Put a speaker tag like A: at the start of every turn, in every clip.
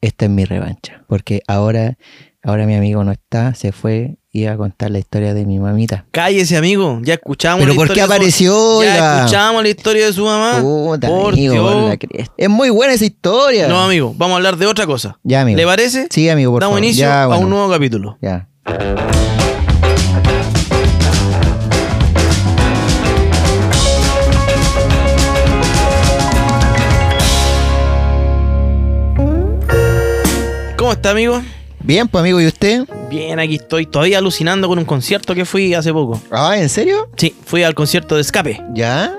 A: esta es mi revancha. Porque ahora, ahora mi amigo no está, se fue, iba a contar la historia de mi mamita.
B: Cállese, amigo. Ya escuchamos.
A: Pero
B: la
A: ¿por qué
B: historia de su-
A: apareció?
B: Ya
A: oiga?
B: escuchamos la historia de su mamá.
A: Puta,
B: Ah, Por
A: amigo,
B: Dios.
A: por la cresta. Es muy buena esa historia.
B: No, amigo, vamos a hablar de otra cosa.
A: Ya, amigo.
B: ¿Le parece?
A: Sí, amigo, por
B: Damos
A: favor.
B: inicio
A: Ya,
B: a
A: bueno.
B: un nuevo capítulo.
A: Ya.
B: ¿Cómo está, amigo?
A: Bien, pues amigo, ¿y usted?
B: Bien, aquí estoy todavía alucinando con un concierto que fui hace poco.
A: Ah, ¿en serio?
B: Sí, fui al concierto de Escape.
A: ¿Ya?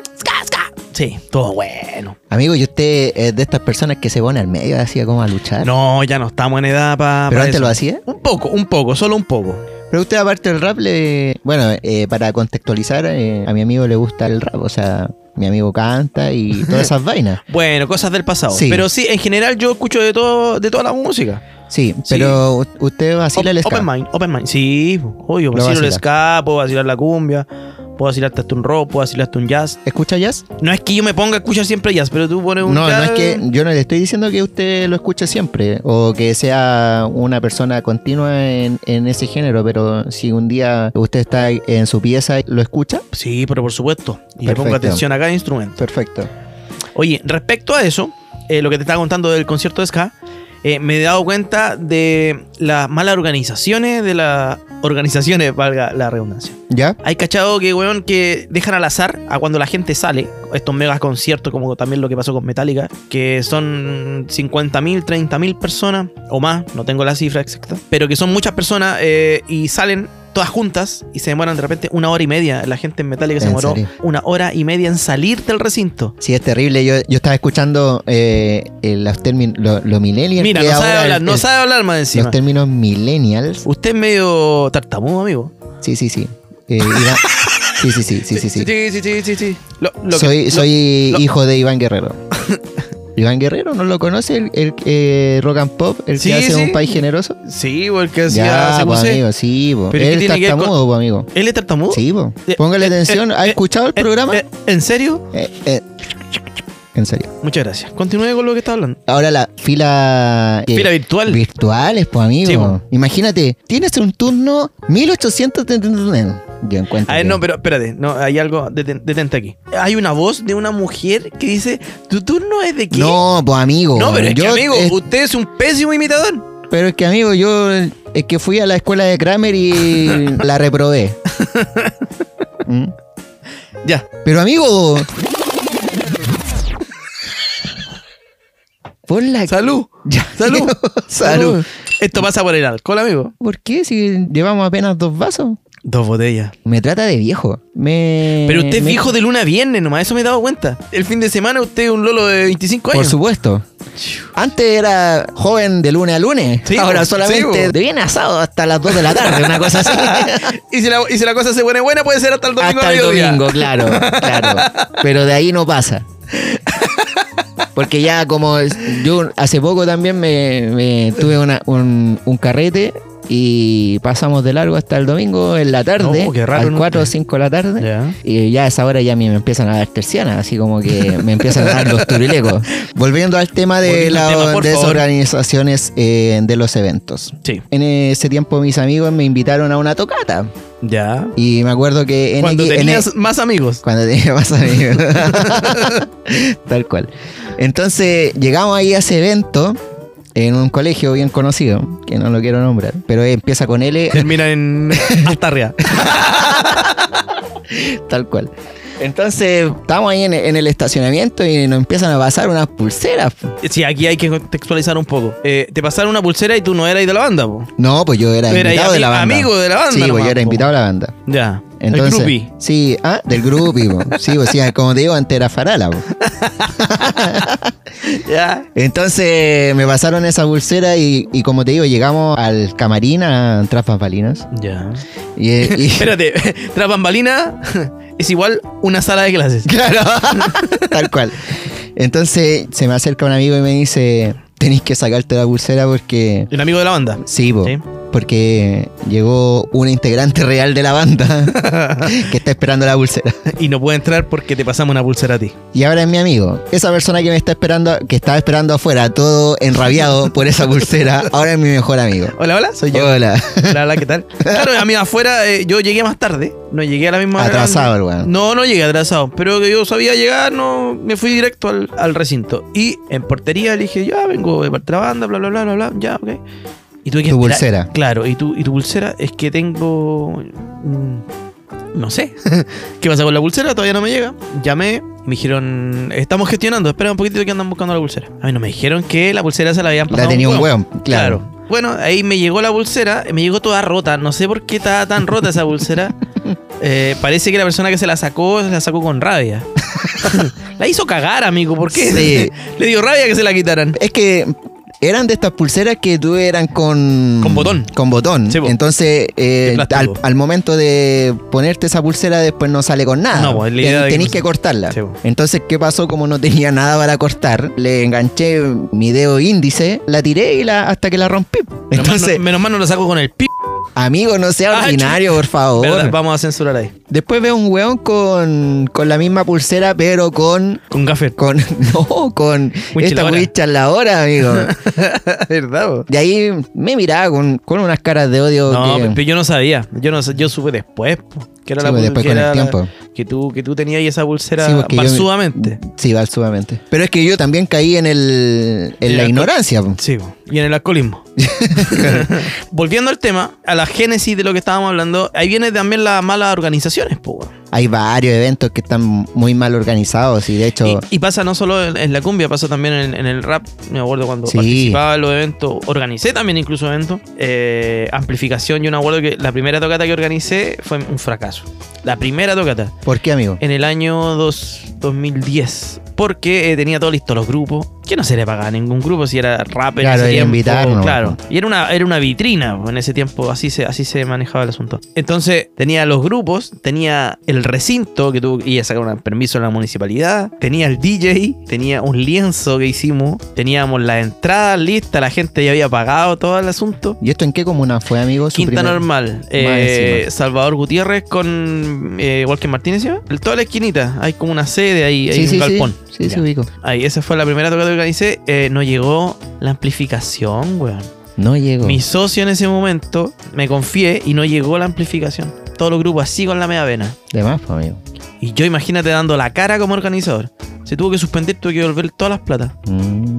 B: Sí, todo bueno.
A: Amigo, ¿y usted es de estas personas que se pone al medio así como a luchar?
B: No, ya no estamos en edad para.
A: Ah. ¿Pero antes lo hacía?
B: Un poco, un poco, solo un poco.
A: Pero usted aparte del rap le... Bueno, eh, para contextualizar, eh, a mi amigo le gusta el rap, o sea, mi amigo canta y todas esas vainas.
B: Bueno, cosas del pasado.
A: Sí.
B: Pero sí, en general yo escucho de todo, de toda la música.
A: Sí, pero u- usted vacila
B: Op-
A: el ska.
B: Open mind, open mind. Sí, obvio,
A: Lo
B: vacilo
A: vacila.
B: el ska, puedo vacilar la cumbia, puedo vacilar hasta un rock, puedo vacilar hasta un jazz.
A: ¿Escucha jazz?
B: No es que yo me ponga a escuchar siempre jazz, pero tú pones
A: No,
B: un
A: no es
B: jazz-
A: que yo no le estoy diciendo que usted lo escuche siempre o que sea una persona continua en, en ese género, pero si un día usted está en su pieza y lo escucha,
B: Sí, pero por supuesto. Y le
A: Perfecto.
B: pongo atención a cada instrumento.
A: perfecto.
B: Oye, respecto a eso, eh, lo que te estaba contando del concierto de Ska, eh, me he dado cuenta de las malas organizaciones de las organizaciones, valga la redundancia.
A: ¿Ya?
B: Hay cachado que, weón, que dejan al azar a cuando la gente sale, estos megas conciertos, como también lo que pasó con Metallica, que son 50.000, 30.000 personas o más, no tengo la cifra exacta, pero que son muchas personas eh, y salen todas juntas y se demoran de repente una hora y media. La gente en Metallica se
A: ¿En
B: demoró
A: serio?
B: una hora y media en salir del recinto.
A: Sí, es terrible. Yo, yo estaba escuchando eh, el- los términos, lo, lo millennial.
B: Mira,
A: que
B: no sabe
A: ahora
B: hablar,
A: el-
B: no
A: el-
B: sabe hablar más encima.
A: Los términos millennials.
B: Usted es medio tartamudo, amigo.
A: Sí, sí, sí. Eh, Iván- sí, sí, sí, sí, sí, sí.
B: sí, sí, sí, sí, sí. Lo- lo que-
A: soy
B: lo-
A: soy
B: lo-
A: hijo de Iván Guerrero. Iván Guerrero, ¿no lo conoce? El, el, eh, rock and pop, el
B: Sí,
A: que hace
B: sí.
A: un país generoso.
B: Sí, porque
A: Ya,
B: hacía
A: pues,
B: CQC.
A: amigo, sí, po.
B: Pero ¿y qué
A: Él
B: tiene que ver con-
A: tartamudo, po, amigo.
B: ¿Él es tartamudo?
A: Sí, po.
B: Eh,
A: Póngale
B: eh,
A: atención.
B: eh,
A: ¿Ha
B: eh,
A: escuchado el
B: Eh,
A: programa?
B: eh, ¿En serio?
A: Eh, eh. En serio.
B: Muchas gracias. Continúe con lo que está hablando.
A: Ahora la fila... eh,
B: Fila virtual.
A: Virtuales, pues amigo.
B: Sí, po.
A: Imagínate, tienes un turno 1800. Yo encuentro.
B: a ver,
A: que-
B: no, pero espérate. No, hay algo. deten- detente aquí. Hay una voz de una mujer que dice: ¿Tu turno es de qué?
A: No, pues amigo.
B: No, pero es que,
A: Yo-
B: amigo,
A: es-
B: usted es un pésimo imitador.
A: pero es que amigo, yo es que fui a la escuela de Kramer y la reprobé. Mm.
B: Ya.
A: Pero amigo. Por la
B: Salud.
A: Ya,
B: Salud.
A: amigo, Salud.
B: Esto pasa por el alcohol, amigo.
A: ¿Por qué? Si llevamos apenas dos vasos.
B: Dos botellas.
A: Me trata de viejo. Me.
B: Pero usted es
A: me-
B: viejo de luna a viernes, nomás eso me he dado cuenta. El fin de semana usted es un lolo de 25
A: Por
B: años.
A: supuesto. Antes era joven de lunes a lunes.
B: Sí,
A: ahora
B: bo, sí,
A: solamente
B: bo.
A: de bien asado hasta las 2 de la tarde, una cosa así.
B: y, si la, y si la cosa se pone buena, puede ser hasta el domingo.
A: hasta el
B: al mediodía.
A: domingo, claro, claro. Pero de ahí no pasa. Porque ya como es- yo hace poco también me, me tuve una- un, un carrete y pasamos de largo hasta el domingo en la tarde,
B: No, qué raro,
A: a
B: ¿no?
A: 4 o 5 de la tarde.
B: Ya.
A: Y ya a esa hora ya a mí me empiezan a dar tercianas, así como que me empiezan a dar los turilecos. Volviendo al tema de
B: Volviendo al tema,
A: las
B: por favor.
A: desorganizaciones eh, de los eventos.
B: Sí.
A: En ese tiempo mis amigos me invitaron a una tocata.
B: Ya.
A: Y me acuerdo que en
B: Cuando
A: X- en-
B: tenías más amigos.
A: cuando tenía más amigos. Tal cual. Entonces llegamos ahí a ese evento en un colegio bien conocido, que no lo quiero nombrar, pero empieza con L.
B: Termina en. hasta arriba.
A: Tal cual. Entonces, estamos ahí en, en el estacionamiento y nos empiezan a pasar unas pulseras. po.
B: Sí, aquí hay que contextualizar un poco. Eh, te pasaron una pulsera y tú no eras de la banda, po.
A: No, pues yo era
B: Tú eras
A: invitado de
B: ami-
A: la banda.
B: amigo de la banda
A: Sí, pues
B: nomás,
A: yo era
B: po.
A: invitado a la banda.
B: Ya.
A: Entonces,
B: el groupie.
A: Sí, ah, del grupi, po. Sí, pues sí, como te digo, antes era Farala, po.
B: Ya.
A: Entonces me pasaron esa pulsera y, y como te digo, llegamos al camarín a tras bambalinas.
B: Ya.
A: Y, y-
B: Espérate, tras bambalina es igual una sala de clases.
A: Claro, tal cual. Entonces se me acerca un amigo y me dice, tenéis que sacarte la pulsera porque...
B: El amigo de la banda.
A: Sí, po.
B: Sí.
A: porque llegó un integrante real de la banda que está esperando la pulsera.
B: y no puede entrar porque te pasamos una pulsera a ti.
A: Y ahora es mi amigo. Esa persona que me está esperando, que estaba esperando afuera, todo enrabiado por esa pulsera, ahora es mi mejor amigo.
B: Hola, hola, soy yo.
A: Hola.
B: Hola, hola, ¿qué tal? Claro, a mí afuera eh, yo llegué más tarde. No llegué a la misma hora.
A: Atrasado el weón.
B: No, no llegué atrasado. Pero que yo sabía llegar, no me fui directo al, al recinto. Y en portería le dije, ya vengo de contrabanda, bla, bla, bla, bla, bla, ya, ok. Y tuve que
A: Tu
B: esperar-
A: pulsera.
B: Claro, y tu, y tu pulsera es que tengo. mm, No sé. ¿Qué pasa con la pulsera? Todavía no me llega. Llamé. Me dijeron, estamos gestionando, espera un poquitito que andan buscando la pulsera. A mí no me dijeron que la pulsera se la habían pasado.
A: La
B: a
A: tenía un hueón, claro.
B: Claro. Bueno, ahí me llegó la pulsera, eh, me llegó toda rota. No sé por qué estaba tan rota esa pulsera. Eh, parece que la persona que se la sacó, se la sacó con rabia. la hizo cagar, amigo. ¿Por qué?
A: Sí.
B: Le dio rabia que se la quitaran.
A: Es que eran de estas pulseras que tú eran con...
B: Con botón.
A: Con botón.
B: Sí, po.
A: Entonces, eh,
B: De plástico.
A: al, al momento de ponerte esa pulsera, después no sale con nada.
B: No, po, la idea de que
A: Tenís
B: no-
A: que cortarla.
B: Sí, po.
A: Entonces, ¿qué pasó? Como no tenía nada para cortar, le enganché mi dedo índice, la tiré y la, hasta que la rompí.
B: Menos mal
A: Entonces,
B: no- menos mal no la saco con el pi.
A: amigo, no sea
B: Ah,
A: ordinario, por favor.
B: ¿verdad? Vamos a censurar ahí.
A: Después veo un weón con, con la misma pulsera, pero con...
B: Con gafet.
A: Con, no, con
B: Huicha
A: esta
B: la hora.
A: huicha en la hora, amigo.
B: ¿Verdad? bo?
A: De ahí me miraba con, con unas caras de odio.
B: No, pues,
A: que-
B: pero yo no sabía. Yo no sa- yo supe después. po, que era
A: Sí,
B: la
A: pues,
B: pul-
A: después
B: que
A: con el
B: era la-
A: tiempo.
B: que tú que tú tenías esa pulsera
A: Sí, porque yo-
B: pasudamente.
A: Sí, va sumamente. Pero es que yo también caí en, el, en
B: Y
A: la
B: la-
A: ignorancia. pues. po.
B: Sí, po. y en el alcoholismo. Volviendo al tema, a la génesis de lo que estábamos hablando, ahí viene también las malas organizaciones, po, weón.
A: Hay varios eventos que están muy mal organizados y de hecho...
B: y, y pasa no solo en, en la cumbia, pasa también en, en el rap. Me acuerdo cuando
A: Sí.
B: participaba en los eventos, organicé también incluso eventos. eh, amplificación, yo me acuerdo que la primera tocata que organicé fue un fracaso. La primera tocata.
A: ¿Por qué, amigo?
B: en el año dos- 2010. Porque eh, tenía todo listo los grupos. Que no se le pagaba a ningún grupo si era rap en
A: Claro,
B: ese
A: era
B: tiempo,
A: invitar, ¿no?
B: Claro. Y era una, era una vitrina en ese tiempo. Así se, así se manejaba el asunto. Entonces tenía los grupos, tenía el recinto que tuvo que ir a sacar un permiso en la municipalidad. Tenía el DJ, tenía un lienzo que hicimos. Teníamos las entradas listas, la gente ya había pagado todo el asunto.
A: ¿Y esto en qué comuna fue, amigo? Su
B: Quinta
A: primer-
B: normal. eh,
A: encima.
B: Salvador Gutiérrez con eh, Walker Martínez. ¿sí? El- Toda la esquinita. Hay como una sede ahí, hay
A: Sí,
B: un
A: sí, sí.
B: galpón.
A: Sí,
B: Ya.
A: se ubicó.
B: Ahí, esa fue la primera tocada que organicé. Eh, no llegó la amplificación, weón.
A: No llegó.
B: Mi socio en ese momento me confié y no llegó la amplificación. Todos los grupos así con la media vena.
A: De más, po, amigo.
B: Y yo imagínate dando la cara como organizador. Se tuvo que suspender, tuve que volver todas las platas.
A: Mm.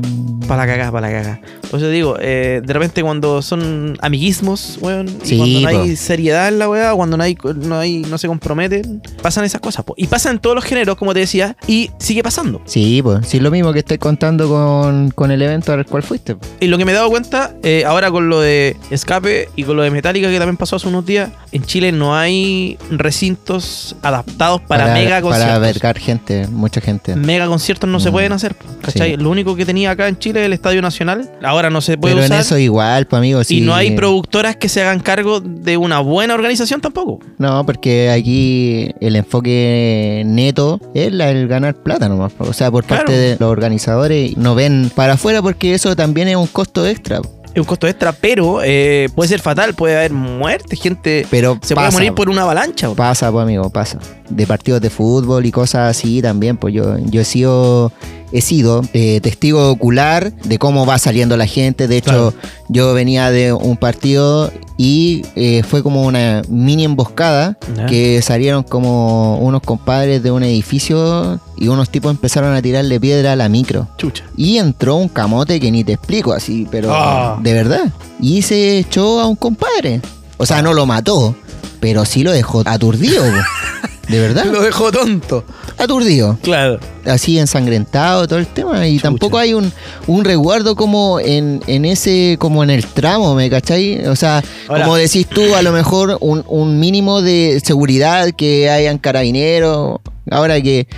B: Para la cagá, para la cagá. Por eso digo, eh, de repente cuando son amiguismos, weón,
A: Sí,
B: y cuando no
A: po.
B: hay seriedad en la weá, cuando no hay, no hay, no se comprometen, pasan esas cosas, po. Y pasan en todos los géneros, como te decía, y sigue pasando.
A: Sí, pues. Sí, lo mismo que estoy contando con, con el evento al cual fuiste. po.
B: Y lo que me he dado cuenta, eh, ahora con lo de Escape y con lo de Metallica, que también pasó hace unos días, en Chile no hay recintos adaptados para, mega
A: Para
B: conciertos.
A: albergar gente, mucha gente.
B: Mega conciertos no se
A: Mm.
B: pueden hacer, po, ¿cachai?
A: Sí.
B: Lo único que tenía acá en Chile es el Estadio Nacional. Ahora no se puede
A: Pero en
B: usar.
A: eso igual, pues, amigo. Sí.
B: Y no hay productoras que se hagan cargo de una buena organización tampoco.
A: No, porque aquí el enfoque neto es la- el ganar plata nomás. pues. O sea, por parte
B: Claro.
A: de los organizadores no ven para afuera porque eso también es un costo extra.
B: Es un costo extra, pero eh, puede ser fatal, puede haber muerte, gente
A: Pero
B: se
A: pasa,
B: puede morir por una avalancha. bro.
A: Pasa, pues, amigo, pasa. De partidos de fútbol y cosas así también, pues yo, yo he sido, he sido eh, testigo ocular de cómo va saliendo la gente. De hecho,
B: Claro.
A: yo venía de un partido y eh, fue como una mini emboscada
B: Ya.
A: que salieron como unos compadres de un edificio y unos tipos empezaron a tirarle piedra a la micro.
B: Chucha.
A: Y entró un camote que ni te explico así, pero
B: Ah.
A: de verdad. Y se echó a un compadre. O sea, no lo mató, pero sí lo dejó aturdido. po. de verdad,
B: Lo dejó tonto.
A: aturdido.
B: Claro.
A: Así ensangrentado, todo el tema. Y
B: Chucha.
A: tampoco hay un, un resguardo como en, en ese, como en el tramo, ¿me cachai? O sea,
B: Ahora-
A: como decís tú, a lo mejor un, un mínimo de seguridad que hayan carabineros. Ahora que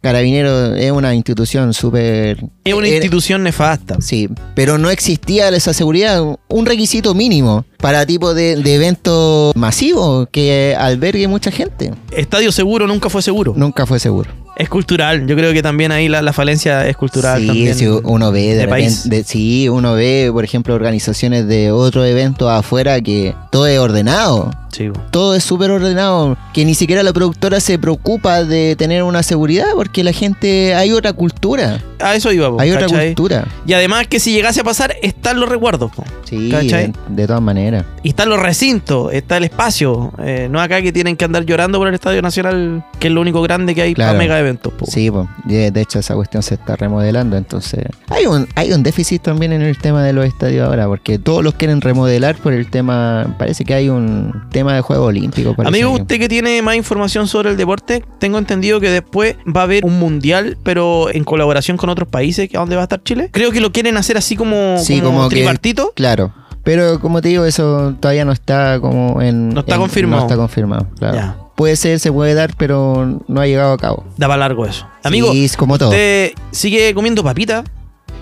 A: carabineros es una institución súper...
B: Es una
A: era-
B: institución nefasta.
A: Sí, pero no existía esa seguridad, un requisito mínimo para tipo de, de evento masivo que albergue mucha gente.
B: Estadio seguro nunca fue seguro.
A: Nunca fue seguro.
B: Es cultural. Yo creo que también ahí la, la falencia es cultural.
A: sí,
B: también.
A: si uno ve de,
B: de
A: repente-
B: país.
A: de- sí, uno ve, por ejemplo, organizaciones de otros eventos afuera que todo es ordenado.
B: Sí, bo.
A: Todo es súper ordenado, que ni siquiera la productora se preocupa de tener una seguridad porque la gente, hay otra cultura,
B: A eso iba, bo,
A: hay otra
B: ¿cachai?
A: cultura.
B: Y además que si llegase a pasar, están los recuerdos, po.
A: Sí, de,
B: ¿Cachai?
A: de todas maneras.
B: Y están los recintos, está el espacio. Eh, no acá que tienen que andar llorando por el Estadio Nacional, que es lo único grande que hay
A: Claro.
B: para mega eventos. po.
A: Sí, po. Y eh, de de hecho esa cuestión se está remodelando, entonces hay un hay un déficit también en el tema de los estadios ahora, porque todos los quieren remodelar por el tema, parece que hay un tema de juego olímpico. parece
B: Amigo,
A: que-
B: usted que tiene más información sobre el deporte, tengo entendido que después va a haber un mundial, pero en colaboración con otros países, que a dónde va a estar Chile. Creo que lo quieren hacer así como,
A: Sí, como que-
B: tripartito.
A: Claro. Pero como te digo, eso todavía no está como en...
B: No está
A: en-
B: confirmado.
A: No está confirmado, claro.
B: Ya.
A: Puede ser, se puede dar, pero no ha llegado a cabo.
B: Daba largo eso. Amigo,
A: Sí, es como todo.
B: ¿usted sigue comiendo papita?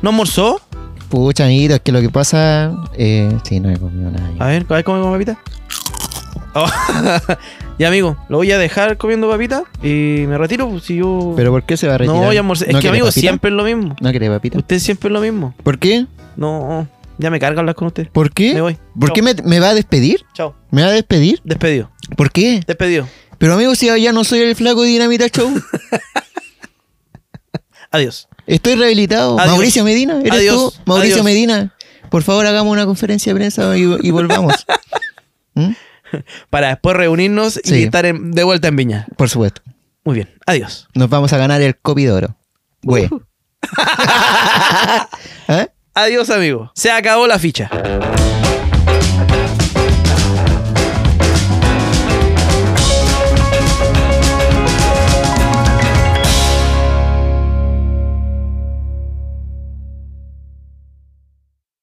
B: ¿No almorzó?
A: Pucha, amiguito, es que lo que pasa... eh, sí, no he comido nada.
B: A ver, a ver, come con papita. Oh. ya, amigo, lo voy a dejar comiendo papita y me retiro pues, si yo.
A: ¿Pero por qué se va a retirar?
B: no voy a almorzar. es que,
A: quiere
B: amigo,
A: papita?
B: siempre es lo mismo.
A: ¿No quiere papita?
B: Usted siempre es lo mismo.
A: ¿Por qué?
B: No, ya me carga hablar con usted.
A: ¿Por
B: Me
A: qué?
B: voy.
A: ¿Por
B: Chao.
A: qué me, me va a despedir?
B: Chao.
A: ¿Me va a despedir?
B: Despedido.
A: ¿Por qué?
B: Despedido.
A: Pero amigo, si ya no soy el flaco de Dinamita Show.
B: Adiós.
A: Estoy rehabilitado.
B: Adiós.
A: Mauricio Medina, eres
B: Adiós.
A: tú. Mauricio
B: Adiós.
A: Medina, por favor hagamos una conferencia de prensa y, y volvamos. ¿Mm?
B: Para después reunirnos y
A: Sí.
B: estar en- de vuelta en Viña.
A: Por supuesto.
B: Muy bien. Adiós.
A: Nos vamos a ganar el copy de oro. Güey.
B: Uh.
A: ¿Eh?
B: Adiós, amigo. Se acabó la ficha.